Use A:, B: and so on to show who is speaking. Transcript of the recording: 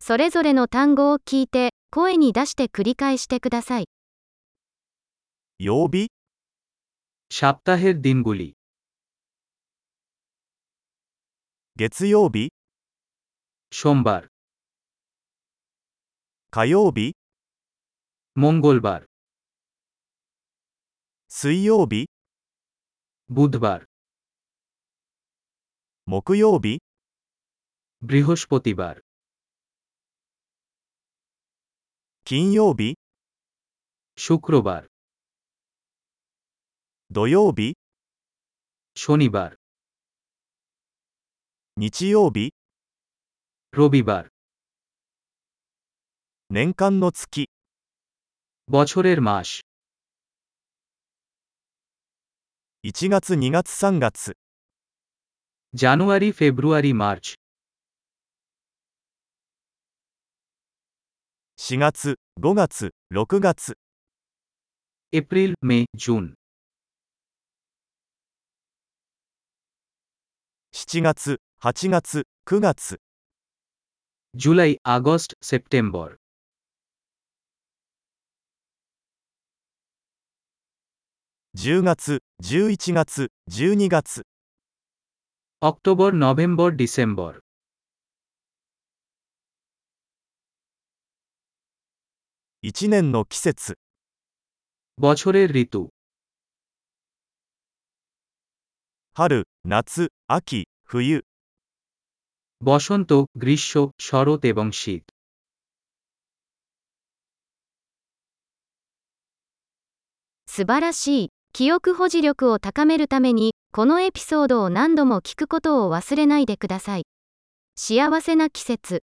A: それぞれの単語を聞いて、声に出して繰り返してください。
B: 曜日、
C: সপ্তাহের দিনগুলি
B: 月曜日、
C: সোমবার
B: 火曜日、
C: মঙ্গলবার
B: 水曜日、
C: বুধবার
B: 木曜日、
C: বৃহস্পতিবার
B: 金曜日、
C: শুক্রবার
B: 土曜日、
C: শনিবার
B: 日曜日、
C: রবিবার
B: 年間の月、
C: বছরের মাস
B: 1月、2月、3月、
C: জানুয়ারি ফেব্রুয়ারি মার্চ
B: 4月、5月、6月、
C: এপ্রিল মে জুন
B: 7月、8月、9月、
C: জুলাই আগস্ট সেপ্টেম্বর
B: 10月、11月、12月、
C: অক্টোবর নভেম্বর ডিসেম্বর
B: 1年の季節、
C: বছরের ঋতু
B: 春、夏、秋、冬、
C: বসন্ত গ্রীষ্ম শরৎ এবং শীত
A: 素晴らしい。記憶保持力を高めるために、このエピソードを何度も聞くことを忘れないでください。幸せな季節。